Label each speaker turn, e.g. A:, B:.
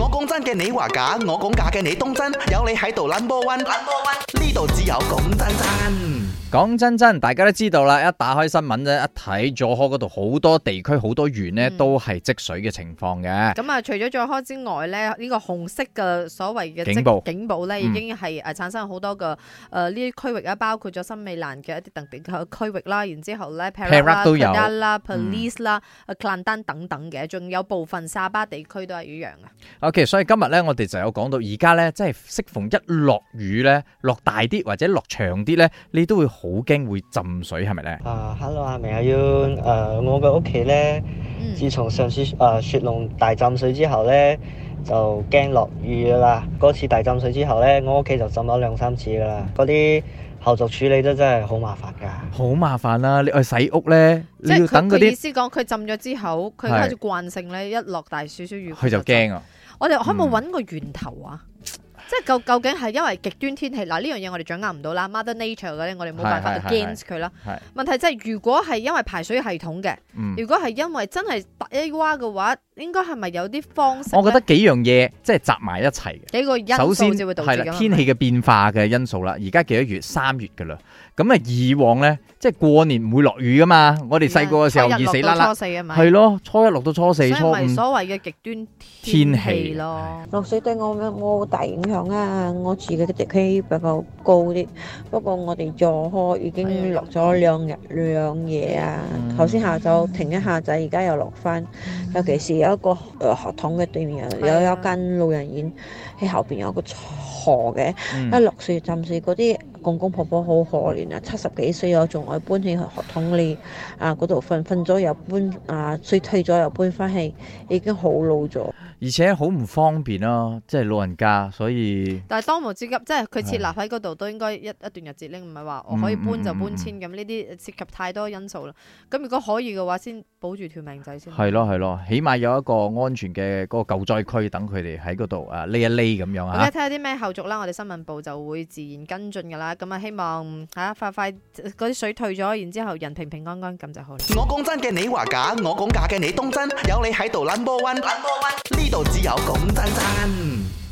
A: 我講真嘅，你話假；我講假嘅，你當真。有你喺度 number one，number one，呢度只有講真真。
B: 講真真，大家都知道啦，一打開新聞咧，一睇佐科嗰度好多地區好多縣呢
C: 嗯
B: 都係積水嘅情況嘅。
C: 咁啊，除咗再開之外咧，呢、個紅色嘅所謂嘅
B: 警報
C: 即警報咧，
B: 嗯
C: 已經係誒產生好多嘅誒呢啲區域啊，包括咗新美蘭嘅一啲特定嘅區域啦，然之後咧 p e r
B: Perak 都有嗯
C: 啦、Police 啦、c l a n d a n 等等嘅，仲有部分沙巴地區都係一樣嘅。
B: OK，所以今日呢，我哋就有講到而家呢，即係適逢一落雨呢，落大啲或者落長啲呢，你都會好驚會浸水，係咪呢？
D: 啊，hello 啊，明阿 Yun，誒、我呃嘅屋企咧，
C: 嗯，
D: 自從上次誒、雪龍大浸水之後咧，就驚落雨噶啦。嗰次大浸水之後咧，我屋企就浸咗兩三次噶啦。嗰啲後續處理都真係好麻煩㗎。
B: 好麻煩啦，你去洗屋呢，你
C: 即係
B: 要
C: 佢
B: 等嗰
C: 佢意
B: 啲，
C: 思講，佢浸咗之後，佢
B: 係
C: 開始慣性咧，一落大少少雨
B: 佢就。驚啊。
C: 我哋可唔可以揾個源頭啊？即係究究竟係因為極端天氣嗱呢樣嘢我哋掌握唔到啦，Mother Nature 嘅咧我哋冇辦法
B: 係係係
C: against 佢啦
B: 係。
C: 問題即係如果係因為排水系統嘅，
B: 嗯，
C: 如果係因為真係低洼嘅話，應該係咪有啲方式呢？
B: 我覺得幾樣嘢即係集埋一齊嘅。
C: 幾個因
B: 首先
C: 素先會導致
B: 係
C: 咁啊
B: 啦，
C: 樣
B: 天氣嘅變化嘅因素啦。而家幾多月？三月㗎啦。咁啊，以往咧，即係過年唔會落雨噶嘛。我哋細個嘅時候
C: 初一
B: 熱
C: 落
B: 死
C: 到
B: 啦啦，
C: 初四啊嘛，
B: 係咯，初一落到初四、初
C: 所以咪
B: 五，嗯
C: 所謂嘅極端
B: 天氣
C: 氣咯。
E: 落水對我我好大影響啊！我住嘅地區比較高啲，不過我哋座開已經落咗兩日兩夜啊！頭先下晝停一下仔，而家又落翻。尤其是有一個誒呃學堂嘅對面啊有有一間老人院，喺後邊有個河嘅，
B: 嗯
E: 一落水浸水嗰啲公公婆婆好可憐啊！七十幾歲我仲愛搬去學堂裏啊嗰度瞓，瞓咗又搬啊，衰退咗又搬翻去，已經好老咗。
B: 而且好唔方便咯，即係老人家，所以
C: 但係當務之急，即係佢設立喺嗰度都應該一一段日子拎，唔係話我可以
B: 嗯
C: 搬就搬遷咁，呢啲涉及太多因素啦。咁如果可以嘅話，先保住條命仔先。
B: 係咯係咯，起碼有一個安全嘅嗰個救災區，等佢哋喺嗰度啊匿一匿咁樣
C: 好嘅，
B: 啊。
C: 睇下啲咩後續啦，我哋新聞部就會自然跟進噶啦。咁啊，希望嚇、啊快快嗰啲水退咗，然之後人平平安安咁就好啦。
A: 我講真嘅，你話假；我講假嘅，你當真。有你喺度 number one，number one，呢度只有講真真。